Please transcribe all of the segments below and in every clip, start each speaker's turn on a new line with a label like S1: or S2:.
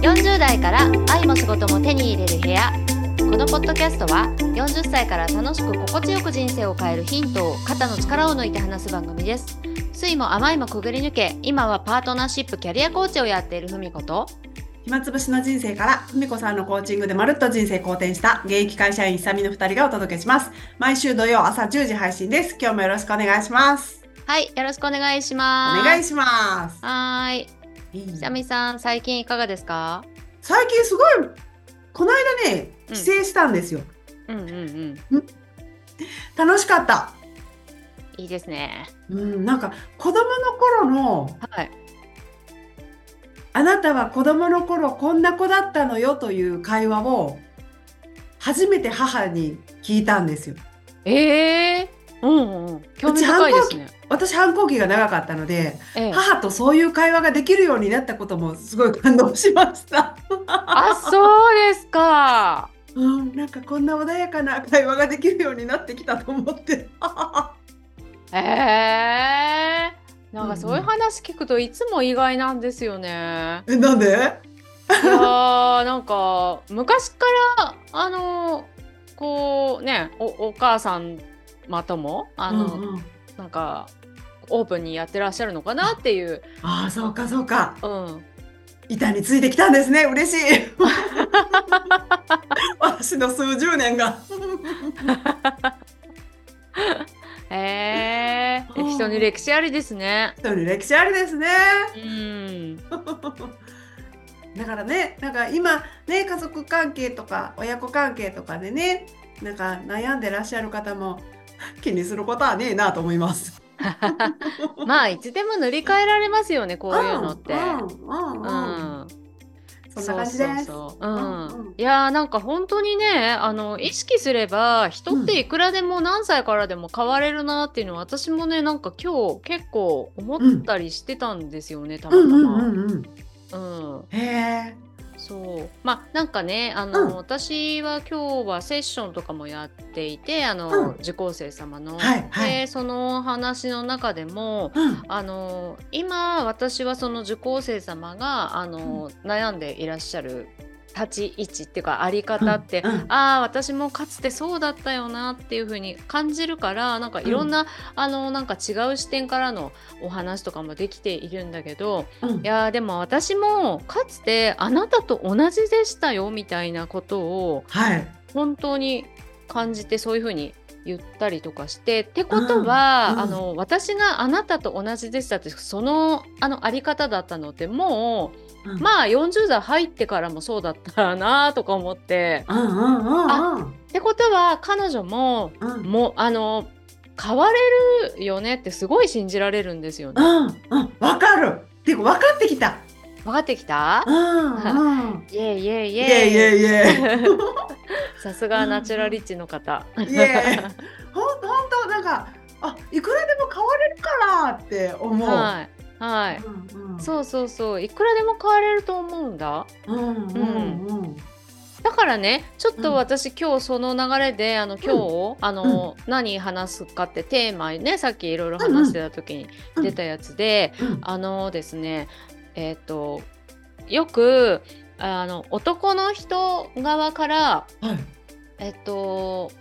S1: 40代から愛も仕事も手に入れる部屋このポッドキャストは40歳から楽しく心地よく人生を変えるヒントを肩の力を抜いて話す番組です酸いも甘いもくぐり抜け今はパートナーシップキャリアコーチをやっているふみこと
S2: 暇つぶしの人生から、ふみこさんのコーチングでまるっと人生好転した現役会社員久美の2人がお届けします。毎週土曜朝10時配信です。今日もよろしくお願いします。
S1: はいよろしくお願いし
S2: お
S1: ます
S2: 願いします。
S1: はーいひさみさん最近いかがですか
S2: 最近すごい、この間ね、
S1: うん
S2: 帰省したんですよ。
S1: うんうんうん
S2: 楽しかった。
S1: いいですね
S2: うん、なんか子供の頃の、
S1: はい
S2: あなたは子供の頃こんな子だったのよという会話を、初めて母に聞いたんですよ。
S1: えー、うんうん興味深いですね
S2: 私反抗期が長かったので、
S1: ええ
S2: 母とそういう会話ができるようになったこともすごい感動しました。
S1: あそうですか
S2: うん、なんかこんな穏やかな会話ができるようになってきたと思って。
S1: えー、なん
S2: うんう
S1: か
S2: ん
S1: そういう話聞くといつも意外なんですよ ね。
S2: え、なんで？
S1: いやーなんか昔からあのこうねおお母さんまともあの、
S2: うんうん
S1: なんかオープンにやってらっしゃるのかなっていう、
S2: ああ、そうかそうか。
S1: うん、
S2: 板についてきたんですね。嬉 しい。私の数十年が。
S1: えー、
S2: うん
S1: え人に歴史ありですね。
S2: 一人歴史ありですね。
S1: うん、
S2: だからね、なんか今ね家族関係とか親子関係とかでね、なんか悩んでらっしゃる方も気にすることはねえなと思います。
S1: まあいつでも塗り替えられますよねこういうのって。
S2: うんうんうんうん、
S1: うん
S2: そんな感じです。
S1: そうそうそううん
S2: うんうん
S1: いやーなんか本当にねあの意識すれば人っていくらでも何歳からでも変われるなっていうのは、私もねなんか今日結構思ったりしてたんですよね、たま
S2: う
S1: た
S2: んうん
S1: ま。
S2: うんうん。
S1: うん
S2: へえ。
S1: そうまあなんかねあの、
S2: うん
S1: 私は今日はセッションとかもやっていてあの、
S2: うん
S1: 受講生様の。
S2: はいはい
S1: でその話の中でも、
S2: うん
S1: あの今私はその受講生様があの、悩んでいらっしゃる立ち位置っていうかあり方って、
S2: うんうん
S1: ああ私もかつてそうだったよなっていう風に感じるからなんかいろんな、あのなんか違う視点からのお話とかもできているんだけど
S2: うん
S1: いやーでも私もかつてあなたと同じでしたよみたいなことを
S2: はい。
S1: 本当に感じてそういう風に言ったりとかしてってことは、
S2: うんうん
S1: あの私があなたと同じでしたってそのあのあり方だったのってもう、
S2: うん
S1: まあ40代入ってからもそうだったなとか思って
S2: うんうんうんうん
S1: ってことは彼女も
S2: うん
S1: もうあの変われるよねってすごい信じられるんですよね。
S2: うんうんわかる。てか分かってきた。
S1: 分かってきた
S2: うんうん。
S1: イエイイエイイ
S2: イ
S1: エ
S2: エ
S1: イ
S2: イイエイイエ
S1: さすがナチュラリッチの方。
S2: イ。イエイ。ほんほんとなんかあいくらでも変われるからって思う。
S1: はい。はい。
S2: うんうん
S1: そうそうそう。いくらでも変われると思うんだ。
S2: うんうんうん。
S1: だからね、ちょっ
S2: うん
S1: と私、今日その流れで、あの今日、あの、何話すかってテーマね、さっきいろいろ話してた時に
S2: うん
S1: 出たやつで、
S2: うん
S1: あのですね、えっ、とよくあの男の人側から
S2: はい。
S1: えっと、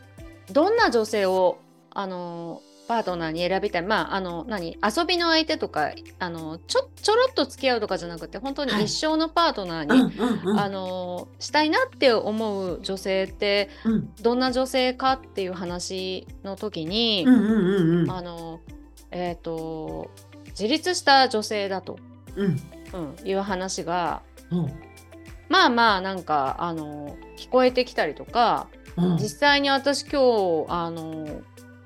S1: どんな女性をあのパートナーに選びたい、まあ、あの何遊びの相手とかあのちょちょろっと付き合うとかじゃなくて本当に
S2: はい
S1: 一生のパートナー
S2: うん
S1: に、
S2: うんうん
S1: あのしたいなって思う女性って
S2: うん
S1: どんな女性かっていう話の時に、
S2: うんうんうんうん
S1: あのえっ、と自立した女性だと、
S2: うん
S1: うん、いう話が
S2: うん
S1: まあまあなんかあの聞こえてきたりとか
S2: うん
S1: 実際に私今日あの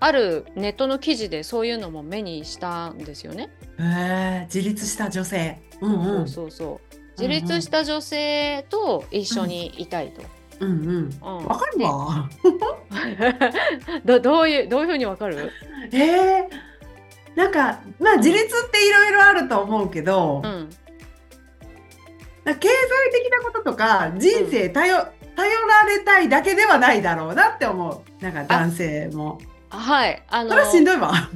S1: あるネットの記事でそういうのも目にしたんですよね。
S2: へえ自立した女性。うんうん
S1: そうそうそう自立した女性と一緒にいたいと。
S2: うんうん。
S1: うん
S2: わかるわ。
S1: で どどういうどういうふうにわかる？
S2: えー、なんかまあ自立っていろいろあると思うけど、
S1: うん
S2: なんか経済的なこととか人生頼,、頼られたいだけではないだろうなって思うなんか男性も。
S1: はいあの
S2: それはしんどいわ。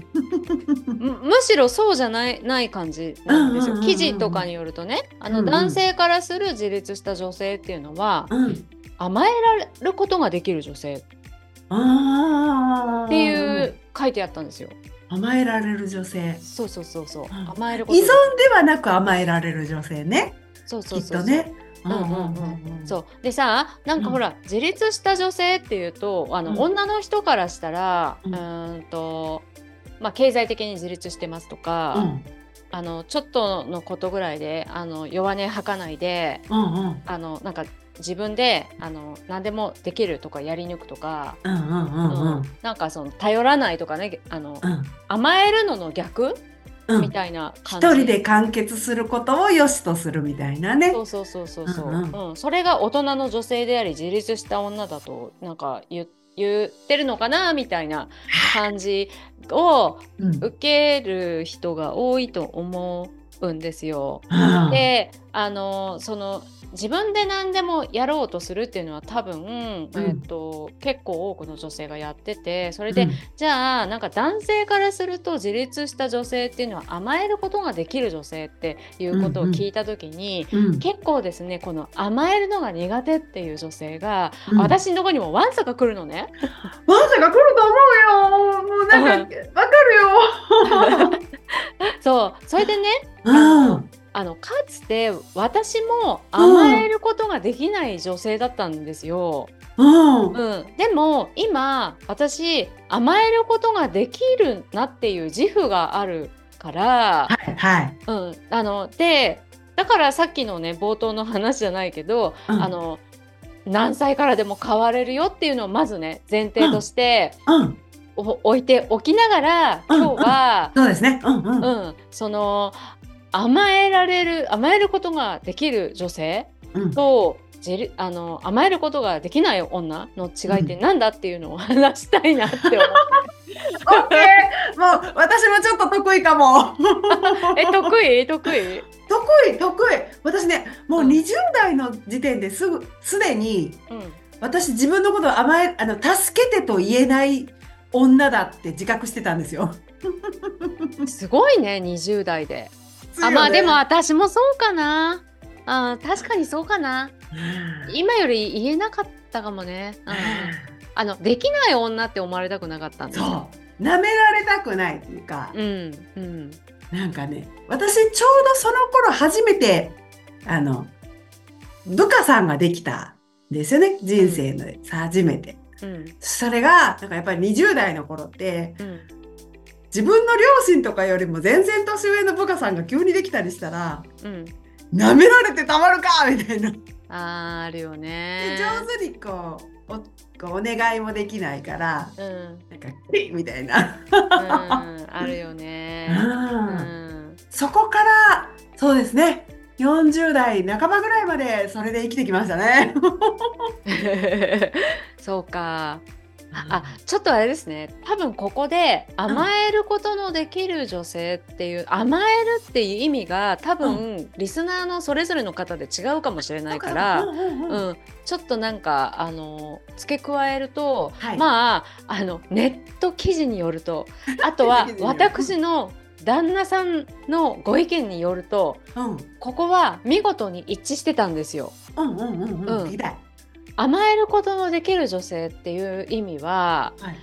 S1: むむしろそうじゃないない感じなんです
S2: う
S1: よ。
S2: んうんうんうん
S1: 記事とかによるとねあ
S2: うん
S1: の
S2: うん
S1: 男性からする自立した女性っていうのは
S2: うん、
S1: 甘えられることができる女性っ
S2: ああ。
S1: ていう書いてあったんですよ。
S2: 甘えられる女性。
S1: そうそうそうそう
S2: うん
S1: 甘えること
S2: 依
S1: で
S2: 存ではなく甘えられる女性ね。
S1: そう
S2: き
S1: そう
S2: っ
S1: そうそ
S2: と
S1: う。
S2: ね。うん
S1: うんうんそうでさなんかほら、自立した女性っていうとあの、
S2: うん
S1: 女の人からしたら、
S2: う
S1: うんーんとまあ、経済的に自立してますとか、
S2: うん
S1: あのちょっとのことぐらいであの弱音吐かないで
S2: うんうん
S1: あのなんか自分であの何でもできるとかやり抜くとか、
S2: うんうんうんうん
S1: うんなんかその頼らないとかねあの、
S2: うん
S1: 甘えるのの逆、
S2: うん
S1: みたいな感じ
S2: 一人で完結することを良しとするみたいなね。
S1: そうそうそうそうそう、
S2: う
S1: うんんそれが大人の女性であり自立した女だとなんか言言ってるのかなみたいな感じを
S2: うん
S1: 受ける人が多いと思うんですよ。
S2: うん
S1: であのその自分で何でもやろうとするっていうのは多分、
S2: うん
S1: えっと結構多くの女性がやっててそれ
S2: う
S1: で、
S2: ん
S1: じゃあなんか男性からすると自立した女性っていうのは甘えることができる女性っていうことを聞いた時に、
S2: うん
S1: 結構ですねこの甘えるのが苦手っていう女性が、
S2: うん
S1: 私のとこにもわんさか来るの ね。
S2: マーサが来ると思うよもうなんか
S1: う
S2: わかるよ
S1: そうそれでね
S2: うん
S1: あのかつて私も甘えることができない女性だったんですよ。
S2: うん
S1: うん、でも今私甘えることができるなっていう自負があるから、
S2: はいはい
S1: うん、あのでだからさっきのね冒頭の話じゃないけど、
S2: うん
S1: あの何歳からでも変われるよっていうのをまずね前提として
S2: うん
S1: お置いておきながら
S2: うん
S1: 今日は、
S2: そうですねうんうん
S1: うんその甘えられる甘えることができる女性
S2: うん
S1: と自立あの甘えることができない女の違いってなんだっていうのを話したいなって思って、
S2: オッケーもう私もちょっと得意かも
S1: え得意得意
S2: 得意得意私ねもう
S1: うん
S2: 20代の時点ですぐすでに
S1: うん
S2: 私自分のことを甘えあの助けてと言えない女だって自覚してたんですよ。
S1: すごいね20代で。あまあでも私もそうかなあ確かにそうかな
S2: うん
S1: 今より言えなかったかもね、うんうんあのできない女って思われたくなかったんですよ
S2: そう舐められたくないっていうか、
S1: うんうん
S2: なんかね私ちょうどその頃初めてあの部下さんができたんですよね人生の初めて。
S1: うん
S2: それがなんかやっぱり20代の頃って
S1: うん
S2: 自分の両親とかよりも全然年上の部下さんが急にできたりしたら
S1: うん
S2: 舐められてたまるかみたいな。で
S1: あーあるよね
S2: 上手にこうおこうお願いもできないから
S1: うん、
S2: なんか「えいみたいな。
S1: うん、あるよ ねう
S2: うん
S1: ん
S2: そこからそうですね40代半ばぐらいまでそれで生きてきましたね。
S1: そうかあちょっとあれですね多分ここで甘えることのできる女性っていう甘えるっていう意味が多分、リスナーのそれぞれの方で違うかもしれないから
S2: う。んうんうん
S1: うん、ちょっとなんかあの付け加えると、
S2: はい
S1: まああのネット記事による とあとは
S2: ネット記事に
S1: 私
S2: よる
S1: の旦那さんのご意見によると
S2: うん
S1: ここは見事に一致してたんですよ。
S2: うんうんうんうん
S1: うん
S2: 聞きたい
S1: 甘えることのできる女性っていう意味は
S2: はい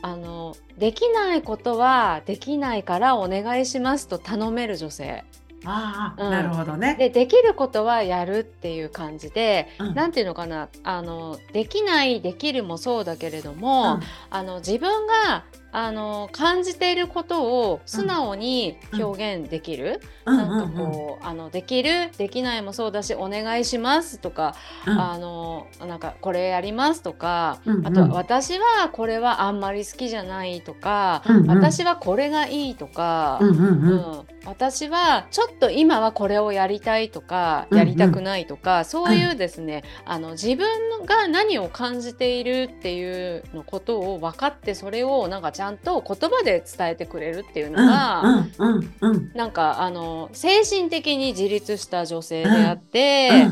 S1: あのできないことはできないからお願いしますと頼める女性
S2: ああ、
S1: うん
S2: なるほどね。
S1: でできることはやるっていう感じで
S2: うん
S1: 何ていうのかなあのできないできるもそうだけれど
S2: う
S1: も、
S2: ん
S1: あの自分があの感じていることを素直に表現できる、
S2: うんう
S1: なん
S2: ん
S1: か
S2: うん
S1: こうあのできるできないもそうだしお願いしますとか
S2: うん
S1: あのなんかこれやりますとか、
S2: うんうん
S1: あとは私はこれはあんまり好きじゃないとか、
S2: うんうん
S1: 私はこれがいいとか、
S2: うんうん
S1: う
S2: うんん
S1: 私はちょっと今はこれをやりたいとかやりたくないとか、そういうですね、あの自分が何を感じているっていうのことを分かってそれをなんかちゃんと言葉で伝えてくれるっていうのが。
S2: うんうんうん
S1: なんかあの精神的に自立した女性であって、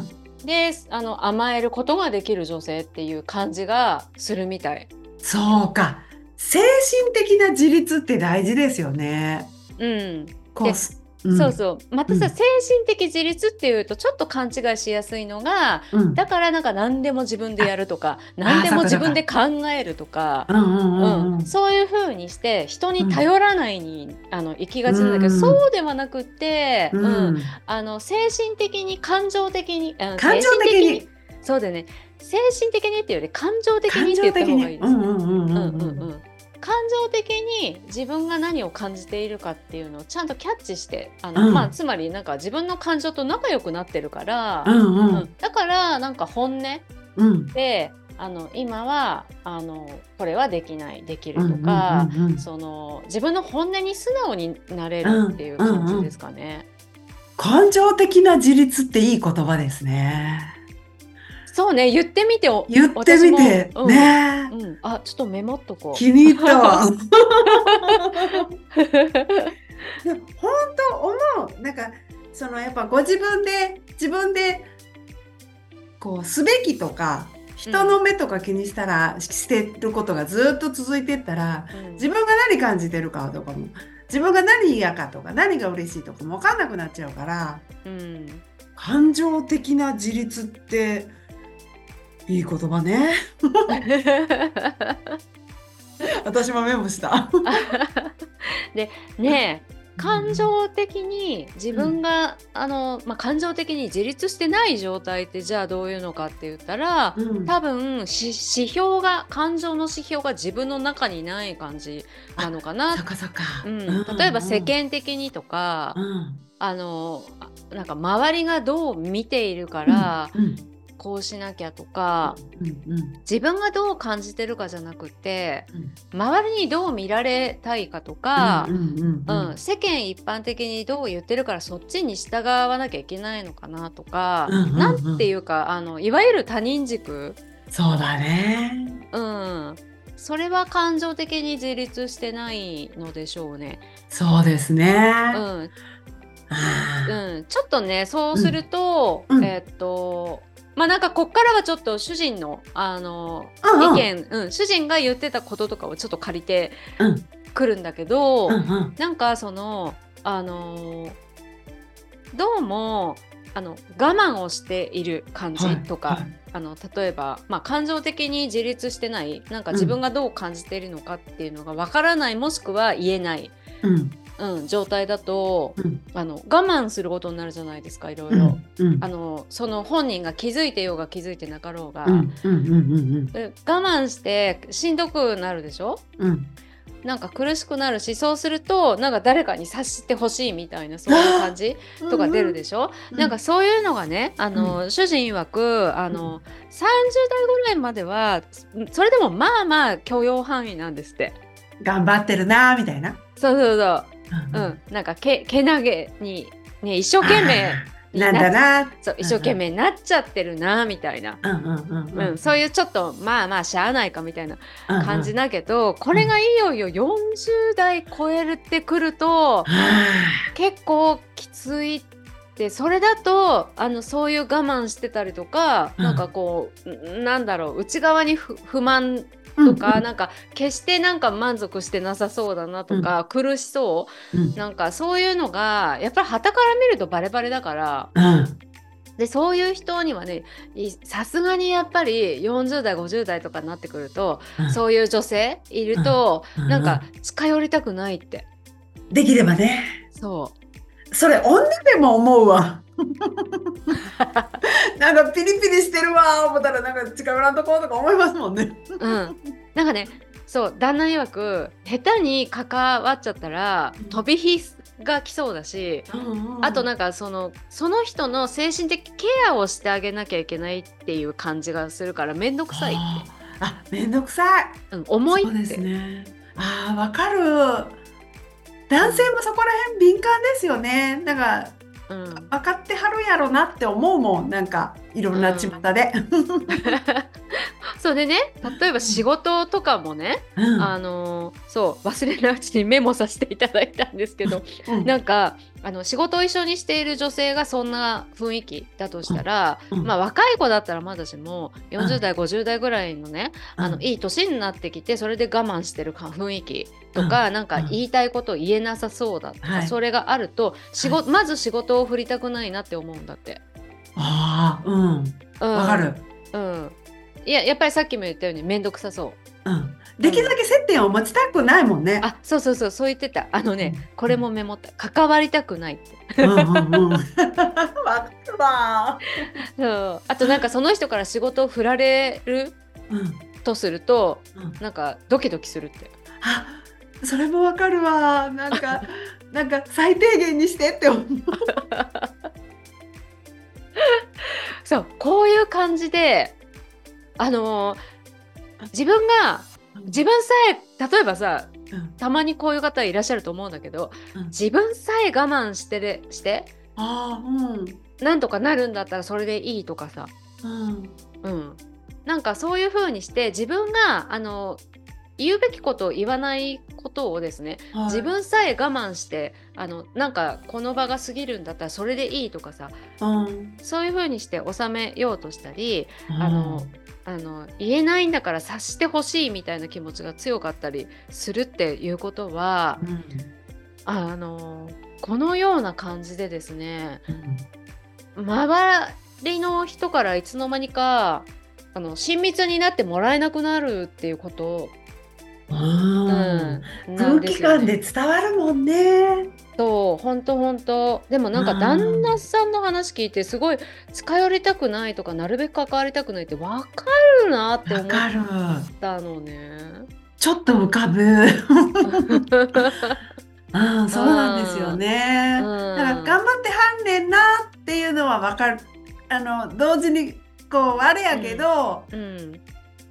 S1: であの甘えることができる女性っていう感じがするみたい。
S2: そうか精神的な自立って大事ですよね。
S1: うん、
S2: こう
S1: ですそうそうまたさ、
S2: うん
S1: 精神的自立っていうとちょっと勘違いしやすいのが
S2: うん。うん。
S1: だからなんか何でも自分でやるとか何でも自分で考えるとか。
S2: うんうんうんうん
S1: うん、そういう風にして人に頼らないに、あの行きがちなんだけど、
S2: うん
S1: そうではなくって、
S2: う
S1: うん
S2: ん。
S1: あの精神的に感情的にあの
S2: 感情的
S1: 精神
S2: に。
S1: そうだよね精神的にっていうより感情的に
S2: 感
S1: って言った
S2: 情的
S1: 方がいい
S2: に。
S1: で
S2: う
S1: す
S2: ん
S1: ね。
S2: うんう
S1: うん
S2: んう
S1: うん
S2: んうん。
S1: うん感情的に自分が何を感じているかっていうのをちゃんとキャッチしてあの、
S2: うん
S1: まあ、つまりなんか自分の感情と仲良くなってるから、
S2: うんう
S1: うんんだからなんか本音
S2: うん。
S1: であの今はあのこれはできないできるとか、
S2: うんうんうんうん
S1: その自分の本音に素直になれるっていう感じですかね。
S2: 感情的な自立っていい言葉ですね。
S1: そうね言ってみてお
S2: 言ってみて
S1: 私、もうん
S2: ねえ、
S1: うん、あちょっとメモっとこう。
S2: 気に 入ったわ。でも本当思うなんかそのやっぱご自分で自分でこうすべきとか人の目とか気にしたら、してることがずっと続いてったら自分が何感じてるかとかも自分が何嫌かとか何が嬉しいとかも分かんなくなっちゃうから
S1: うん
S2: 感情的な自立っていい言葉ね 私もメモした。
S1: ねえ感情的に自分が、あのまあ、感情的に自立してない状態ってじゃあどういうのかって言ったら、
S2: うん
S1: 多分し指標が感情の指標が自分の中にない感じなのか
S2: そっ
S1: な。
S2: かそっか、
S1: うん、例えば世間的にとか、
S2: うん
S1: あのあなんか周りがどう見ているから、
S2: うん
S1: こうしなきゃとか
S2: うんうん
S1: 自分がどう感じてるかじゃなくて
S2: うん
S1: 周りにどう見られたいかとか
S2: う、んうんう
S1: うんん世間一般的にどう言ってるからそっちに従わなきゃいけないのかなとか、
S2: うんうんうん
S1: なんていうかあのいわゆる他人軸、
S2: そうだね。
S1: うん、それは感情的に自立してないのでしょうね。
S2: そうですね。
S1: うん
S2: あー
S1: うん、ちょっとねそうすると、
S2: うんうん
S1: えーっとまあなんかこっからはちょっと主人のあの
S2: うんう
S1: 意
S2: ん
S1: 見、うん主人が言ってたこととかをちょっと借りて
S2: うん
S1: くるんだけど、
S2: うんうん
S1: なんかそのあのどうもあの我慢をしている感じ
S2: はい
S1: とか、
S2: は
S1: あの例えば、まあ、感情的に自立してないなんか自分がどう感じているのかっていうのがわからないもしくは言えない、
S2: いうん
S1: うん、状態だと
S2: うん
S1: あの我慢することになるじゃないですかいろい
S2: うんう
S1: ろ、
S2: んうん
S1: あのその本人が気づいてようが気づいてなかろうが、
S2: うんうんうん
S1: で我慢してしんどくなるでしょ
S2: うんうん
S1: なんか苦しくなるしそうするとなんか誰かに察してほしいみたいなそういう感じとか出るでしょ、
S2: うん
S1: なんかそういうのがねあの、主人曰くあの、30代ぐらいまではそれでもまあまあ許容範囲なんですって。
S2: 頑張ってるなーみたいな。
S1: そうそうそうう、うんん、なんかけけなげに、ね、一生懸命に
S2: なんだな。
S1: そう一生懸命なっちゃってるなみたいな、
S2: うんうん
S1: うん
S2: うん。
S1: そういうちょっとまあまあしゃあないかみたいな感じ
S2: の。
S1: だけど、これがいよいよ40代超えてくると
S2: は
S1: 結構きついってそれだとあのそういう我慢してたりとか、
S2: うん
S1: なんかこうんなんだろう内側に不不満
S2: あ
S1: とか、なんか決してなんか満足してなさそうだなとか、苦しそ
S2: うんうん
S1: うなんかそういうのがやっぱり傍から見るとバレバレだから。
S2: うん
S1: でそういう人にはねいさすがにやっぱり40代50代とかになってくると、
S2: うん
S1: そういう女性いると、
S2: うん
S1: なんか近寄りたくないって
S2: できればね。
S1: そう
S2: それ女でも思う わ。なんかピリピリしてるわー思ったらなんか近寄らんとこうとか思いますもんね。
S1: うんなんかねそう旦那曰く下手に関わっちゃったら
S2: うん
S1: 飛び火が来そうだし、あと
S2: な
S1: なんかそのその人の精神的ケアをしてあげなきゃいけないっていう感じがするから面倒くさいっ
S2: あーあめんどくさい。
S1: て、うん、重い
S2: そうで
S1: って
S2: すね。ああ、わかる。男性もそこら辺敏感ですよね。なんか
S1: うん、
S2: 分かってはるやろなって思うもん。なんかいろんな巷で。
S1: それね例えば仕事とかもね、
S2: うん
S1: あのーそう忘れないうちにメモさせていただいたんですけど
S2: うん
S1: なんかあの仕事を一緒にしている女性がそんな雰囲気だとしたら、
S2: うん
S1: まあ、若い子だったらまだしも
S2: う
S1: 40
S2: ん
S1: 代、50代ぐらいのねあのいい年になってきてそれで我慢してるか雰囲気とか、なんか
S2: うん
S1: 言いたいことを言えなさそうだとか、
S2: はい
S1: それがあると仕事、まず仕事を振りたくないなって思うんだって。
S2: ああうん
S1: うん
S2: わかる、
S1: うんいややっぱりさっきも言ったように面倒くさそう
S2: うん、できるだけ接点を持ちたくないもんね。
S1: あそうそうそうそう言ってたあのねこれもメモった関わりたくないって
S2: うんうんうんわかるわ。
S1: そうあとなんかその人から仕事を振られる
S2: うん
S1: とすると
S2: うん
S1: なんかドキドキするって
S2: あそれもわかるわなんかなんか最低限にしてって思う
S1: そうこういう感じであのー自分が自分さえ例えばさ
S2: うん
S1: たまにこういう方いらっしゃると思うんだけど、
S2: うん
S1: 自分さえ我慢してれして
S2: あー
S1: なんとかなるんだったらそれでいいとかさ、
S2: うんうん
S1: うん、なんかそういう風にして自分があの言うべきことを言わないことをですね
S2: はい
S1: 自分さえ我慢してあのなんかこの場が過ぎるんだったらそれでいいとかさ
S2: うん
S1: そういう風にして収めようとしたり
S2: あ
S1: のあの言えないんだから察してほしいみたいな気持ちが強かったりするっていうことは
S2: うん
S1: あのこのような感じでですね
S2: うん
S1: 周りの人からいつの間にかあの親密になってもらえなくなるっていうこと、うん
S2: あー
S1: なん
S2: 空
S1: で
S2: 気
S1: すよね
S2: 感で伝わるもんね。
S1: そう本当本当でもなんか
S2: うん
S1: 旦那さんの話聞いてすごい近寄りたくないとかなるべく関わりたくないって分かるなって思
S2: わ
S1: っ
S2: かる。
S1: たのね。
S2: ちょっと浮かぶ。 うん、そうなんですよね。だから頑張ってはんねんなっていうのはわかる。あの同時にこうあれやけど、
S1: うん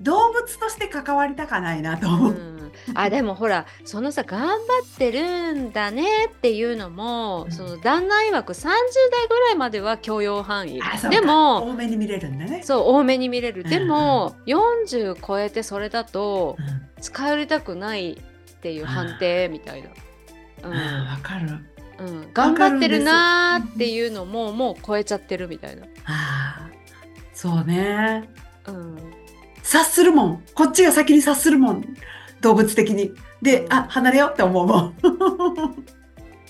S2: 動物として関わりたかないなと
S1: う
S2: 思う。
S1: ん、あでもほらそのさ頑張ってるんだねっていうのも
S2: うん
S1: その旦那曰く30代ぐらいまでは許容範囲
S2: あそうか
S1: でも
S2: 多めに見れるんだね。
S1: そう多めに見れるでも40超えてそれだと
S2: うん
S1: 近寄りたくないっていう判定みたいな。
S2: うんわかる。
S1: うんうん、頑張ってるなーっていうのももう超えちゃってるみたいな。
S2: ああ、そうね。
S1: うん、
S2: 察するもん。こっちが先に察するもん。動物的に。で、
S1: うん
S2: あ離れようって思うもん。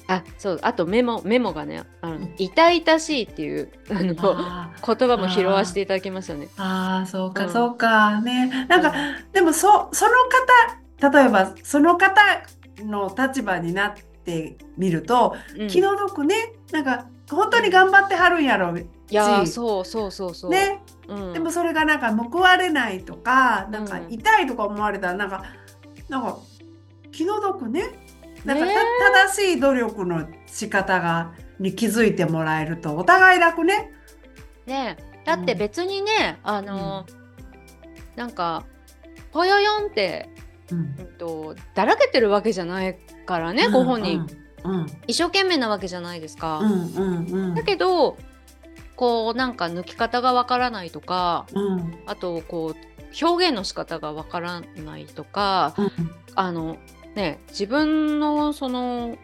S1: あそうあとメモメモがねあの
S2: うん
S1: 痛々しいっていうあの
S2: あー
S1: 言葉も拾わせていただきましたね。
S2: あー、そう
S1: う
S2: か
S1: ん
S2: そうかね。なんか
S1: か、
S2: でもそその方例えばその方の立場になってみると、
S1: うん、
S2: 気の毒ね。なんか本当に頑張ってはるんやろ。ね。
S1: いやーそうそうそうそう。うん、
S2: でもそれがなんか報われないとか、なんか
S1: うん
S2: 痛いとか思われたらなんかなんか気の毒ね。なんかた
S1: ね
S2: 正しい努力の仕方がに気づいてもらえるとお互い楽ね。
S1: ねだって別にねあのー、なんかぽよよんって、
S2: うん
S1: うん、とだらけてるわけじゃないからね、ご本人、。
S2: うん
S1: 一生懸命なわけじゃないですか。
S2: うんうんうん
S1: だけどこうなんか抜き方がわからないとか
S2: うんうん
S1: あとこう表現の仕方がわからないとかあのね自分のその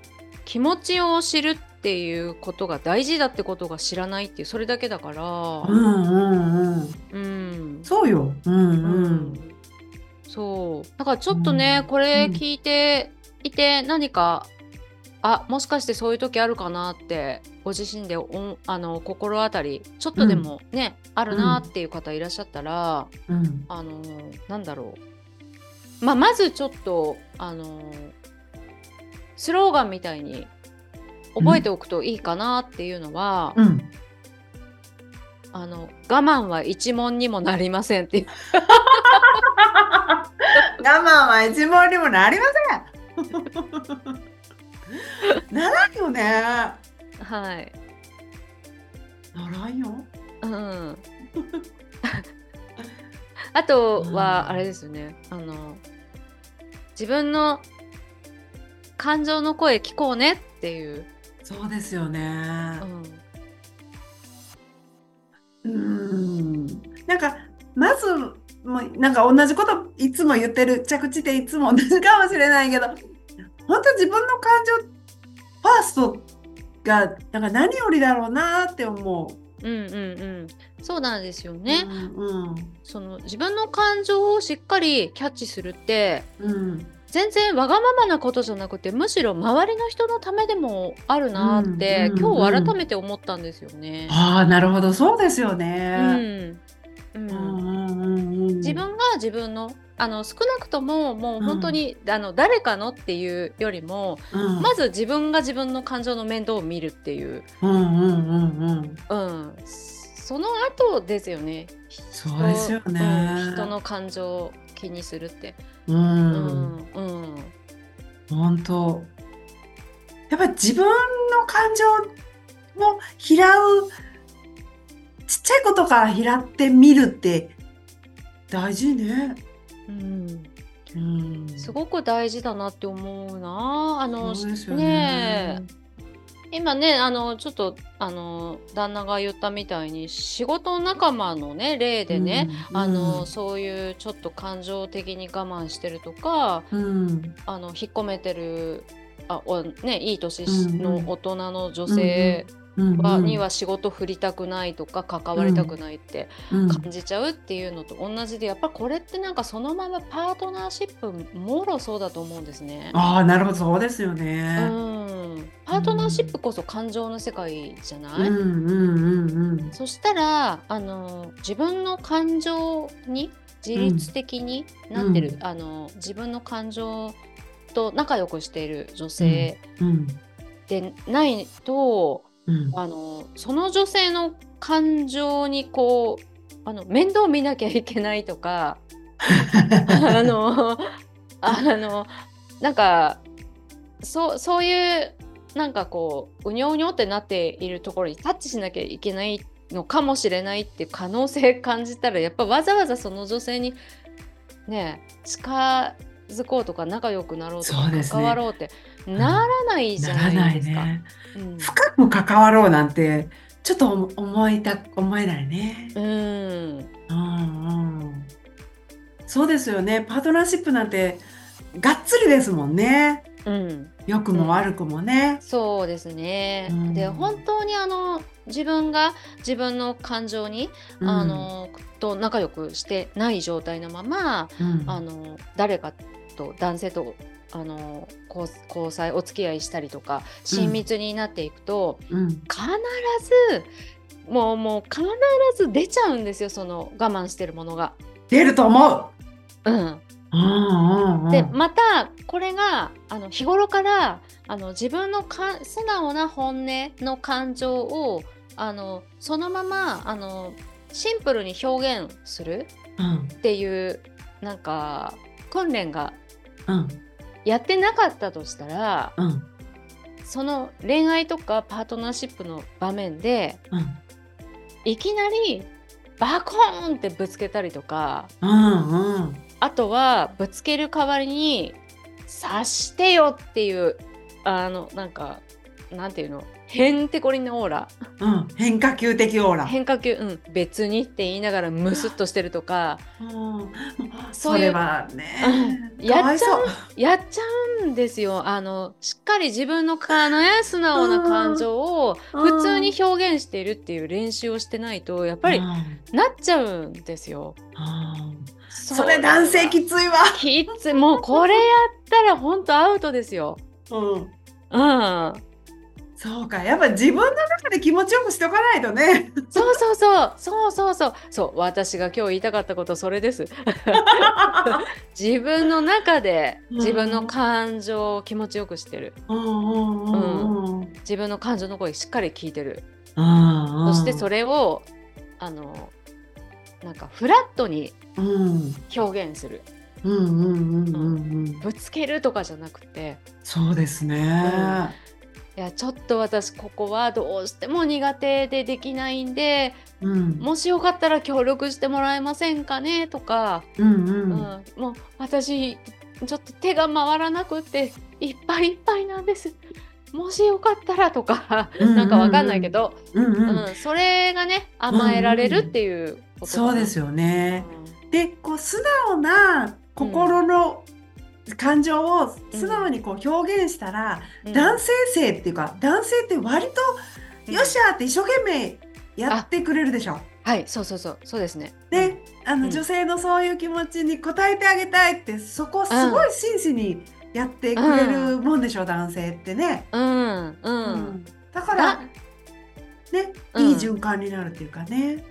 S1: 気持ちを知るっていうことが大事だってことが知らないっていうそれだけだから
S2: う、んうん
S1: うん
S2: そうよ。うん
S1: う
S2: うん。
S1: んそうだからちょっとね、
S2: うん
S1: これ聞いていて何かあもしかしてそういう時あるかなってご自身でおあの心当たりちょっとでもね、あるなっていう方いらっしゃったら、
S2: うん
S1: あのなんだろう、まあ、まずちょっとあのスローガンみたいに覚えておくといいかなっていうのは、
S2: うん。
S1: あの我慢は一問にもなりませんっていう
S2: 我慢は一問にもなりま せん。ならんよね。な
S1: はい
S2: らんよ。
S1: うん、 あと
S2: う
S1: は
S2: ん
S1: あれですよね、あの自分の感情の声聞こうねっていう、
S2: そうですよね
S1: う。ん
S2: うん。なんかまずもうなんか同じこといつも言ってる着地でいつも同じかもしれないけど本当自分の感情ファーストがなんか何よりだろうなって思う。
S1: うんうんうんそうなんですよね、
S2: うん
S1: その自分の感情をしっかりキャッチするって
S2: うんうん
S1: 全然わがままなことじゃなくてむしろ周りの人のためでもあるなーって、
S2: うんうんうん
S1: 今日改めて思ったんですよね。
S2: ああなるほどそうですよ
S1: う
S2: ね。
S1: んう、
S2: うんんうんうん
S1: 自分が自分のあの少なくとももう本当に、あの誰かのっていうよりも、
S2: うん
S1: まず自分が自分の感情の面倒を見るっていう、
S2: うんうんうんうん
S1: うん、その後ですよね
S2: そうですよね。
S1: うん人の感情を気にするって。
S2: う
S1: うんんうん
S2: 本当やっぱり自分の感情を拾うちっちゃいことから拾ってみるって大事ね。
S1: うん
S2: うん、
S1: すごく大事だなって思うなあの
S2: そうですよ
S1: ね
S2: ね。
S1: え今ねあのちょっとあの旦那が言ったみたいに仕事仲間のね例でね、
S2: うん
S1: あの、そういうちょっと感情的に我慢してるとか
S2: うん
S1: あの引っ込めてるあお、ね、いい年
S2: うんうん
S1: の大人の女性
S2: うん
S1: は、には仕事振りたくないとか関わりたくないって
S2: うん
S1: 感じちゃうっていうのと同じでやっぱこれってなんかそのままパートナーシップもろそうだと思うんですね。
S2: ああなるほどそうですよ
S1: う
S2: ね。
S1: んパートナーシップこそ感情の世界じゃ
S2: う
S1: ない、
S2: んうんうんうん
S1: そしたらあの自分の感情に自律的になってる、
S2: うん
S1: あの自分の感情と仲良くしている女性
S2: うん
S1: でないと、
S2: うん。
S1: あのその女性の感情にこうあの面倒見なきゃいけないとか あのあのなんかそうそういうなんかこううにょうにょってなっているところにタッチしなきゃいけないのかもしれないって可能性感じたらやっぱわざわざその女性にね近づこうとか仲良くなろうと
S2: そ
S1: か
S2: うです
S1: 関
S2: ね
S1: わろうってならないじゃ
S2: なら
S1: な
S2: ないい
S1: ですか。
S2: ね。
S1: うん
S2: 深く関わろうなんてちょっと思思いた思えないね。
S1: うん
S2: うんうんそうですよね。パートナーシップなんてがっつりですもんね。
S1: うん、
S2: 良くも悪くもね。
S1: そうですね。
S2: うん
S1: で本当にあの自分が自分の感情に、
S2: うん
S1: あ、のと仲良くしてない状態のまま、
S2: うん
S1: あの誰かと男性とあの交交際お付き合いしたりとか親密になっていくと、
S2: うん
S1: 必ずもうもう必ず出ちゃうんですよその我慢してるものが。
S2: 出ると思
S1: うん、
S2: う。うんうんうん
S1: でまたこれがあの日頃からあの自分のか素直な本音の感情をあのそのままあのシンプルに表現する
S2: うん
S1: っていうなんか訓練が
S2: うん
S1: やってなかったとしたら
S2: うん
S1: その恋愛とかパートナーシップの場面で
S2: うん
S1: いきなりバコーンってぶつけたりとか
S2: うんうん
S1: あとはぶつける代わりに刺してよっていうあのなんかなんていうのへんてこりんなオーラ
S2: うん変化球的オーラ。
S1: 変化球うん別にって言いながらムスッとしてるとか
S2: うん
S1: そういう
S2: それはね。
S1: うんやっちゃう
S2: かわいそう
S1: やっちゃうんですよあのしっかり自分のかね素直な感情を
S2: うん
S1: 普通に表現しているっていう練習をしてないとやっぱり
S2: うん
S1: なっちゃうんですよ。
S2: うん
S1: そ
S2: それ男性
S1: き
S2: きついわ。
S1: きついもうこれやったら本当アウトですよ。
S2: うん
S1: うん
S2: そうか、やっぱ自分の中で気持ちよくしておかないとね。
S1: そうそうそうそうそうそうそう私が今日言いたかったことそれ です自分の中で
S2: うん
S1: 自分の感情を気持ちよくしてる
S2: うんうんうんうん。
S1: 自分の感情の声しっかり聞いてる
S2: そ
S1: そしてそ
S2: れ。
S1: れをあのなんかフラットに
S2: うん
S1: 表現する
S2: うんうんうんうんうん。
S1: ぶつけるとかじゃなくて
S2: そうですね。
S1: いやちょっと私ここはどうしても苦手でできないんで
S2: うん。
S1: もしよかったら協力してもらえませんかねとか
S2: うんうん。
S1: うん、もう私ちょっと手が回らなくっていっぱいいっぱいなんですもしよかったらとか
S2: うんうんうん
S1: なんかわかんないけど、
S2: うん
S1: うん
S2: うん。
S1: それがね甘えられるっていうことかな、
S2: そうですよね。でこう素直な心の感情を
S1: うん
S2: 素直にこう表現したら、
S1: うん
S2: 男性性っていうか男性って割
S1: う
S2: と
S1: ん
S2: よっしゃーって一生懸命やってくれるでしょ。
S1: はいそうそうそうそうですね
S2: で、あ
S1: う
S2: の
S1: ん
S2: 女性のそういう気持ちに応えてあげたいってそこすごい真摯にやってくれるもんでしょ、男性ってね。
S1: うんうん、
S2: うんだから
S1: だ
S2: ね、
S1: うん
S2: いい循環になるっていうかね。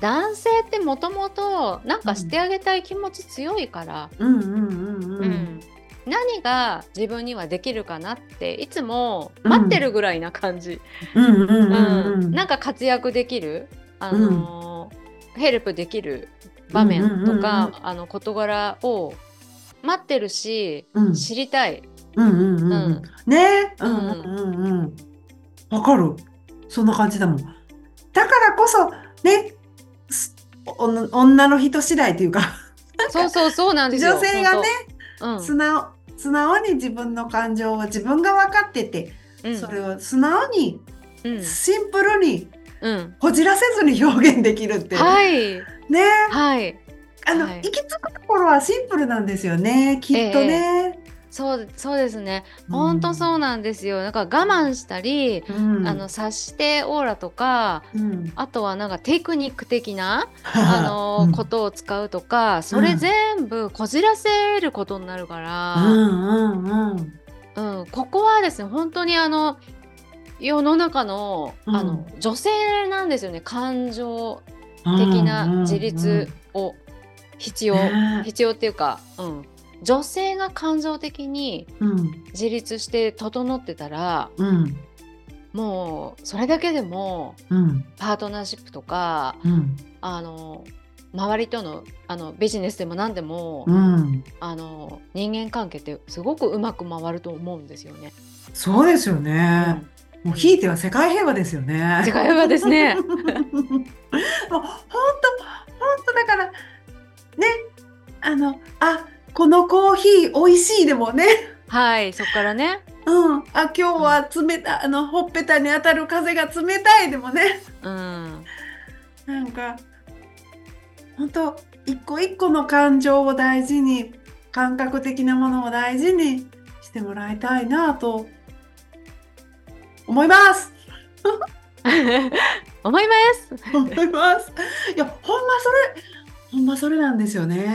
S1: 男性ってもともとなんかしてあげたい気持ち強いから、
S2: うんうんうんうん。
S1: うん何が自分にはできるかなっていつも待ってるぐらいな感じ、
S2: うんうん
S1: う
S2: うんんうん。
S1: なんか活躍できる、あのーヘルプできる場面とか、
S2: うんうん
S1: あの事柄を待ってるし
S2: うん
S1: 知りたい、
S2: うんうんうん
S1: うん
S2: ね
S1: う
S2: うんんうんうんうんわかるそんな感じだもんだからこそねすお女女の人次第というか
S1: そうそうそうなんですよ
S2: 女性がね、
S1: 本
S2: 素直素直に自分の感情を自分が分かってて、
S1: 当うん、
S2: それを素直に
S1: うん、
S2: シンプルに
S1: うん、
S2: こじらせずに表現できるって、
S1: はい
S2: ね
S1: はい
S2: あの、
S1: はい
S2: 行き着くところはシンプルなんですよねきっとね。
S1: そうそうですね本当
S2: う
S1: そうなんですよなんか我慢したり、
S2: ん、うん
S1: あの察してオーラとか
S2: うん
S1: あとはなんかテクニック的な、あのー
S2: うん
S1: ことを使うとかそれ全部こじらせることになるか
S2: う
S1: ら、
S2: んうんうん
S1: うんここはですね本当にあの世の中の,、あの女性なんですよね感情的な自立を必要、
S2: ね
S1: 必要っていうか、うん、女性が感情的に
S2: うん
S1: 自立して整ってたら
S2: うん
S1: もうそれだけでも
S2: うん
S1: パートナーシップとか
S2: うん
S1: あの周りとのあのビジネスでも何でも、
S2: うん
S1: あの人間関係ってすごくうまく回ると思うんですよね。
S2: そうですよ
S1: う
S2: ね
S1: ん、
S2: もうひいては世界平和ですよね
S1: 世界はですね
S2: もう本当本当だからねあのあこのコーヒー美味しいでもね
S1: はいそこからね。
S2: うんあ今日は冷たあのほっぺたに当たる風が冷たいでもね
S1: うん
S2: なんか本当一個一個の感情を大事に感覚的なものを大事にしてもらいたいなと思います
S1: 思います。
S2: 思いますいやほんまそれほんまそれなんですよね。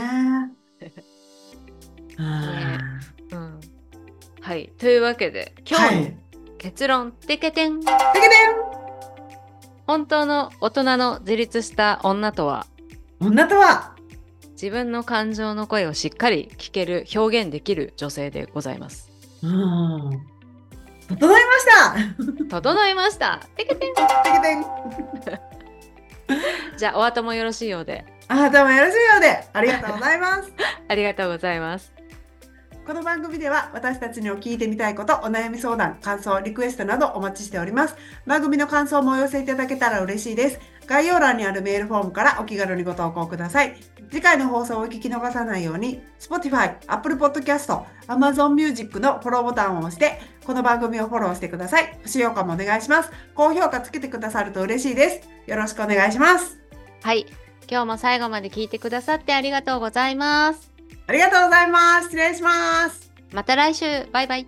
S2: あ
S1: うん、はいというわけで
S2: ー
S1: 今
S2: は
S1: 日の
S2: い、
S1: 結論「てけてん」
S2: だけで
S1: 本当の大人の自立した女とは
S2: 女とは
S1: 自分の感情の声をしっかり聞ける表現できる女性でございます。
S2: うん整いました。
S1: 整いましたてけてん
S2: だけでん
S1: じゃあお後もよろしいようで
S2: あなたもよろしいようでありがとうございます。
S1: ありがとうございます。
S2: この番組では私たちの聞いてみたいこと、お悩み相談、感想、リクエストなどお待ちしております。番組の感想もお寄せいただけたら嬉しいです。概要欄にあるメールフォームからお気軽にご投稿ください。次回の放送をお聞き逃さないように、Spotify、Apple Podcast、Amazon Music のフォローボタンを押して、この番組をフォローしてください。星評価もお願いします。高評価つけてくださると嬉しいです。よろしくお願いします。
S1: はい。今日も最後まで聞いてくださってありがとうございます。
S2: ありがとうございます。失礼します。
S1: また来週。バイバイ。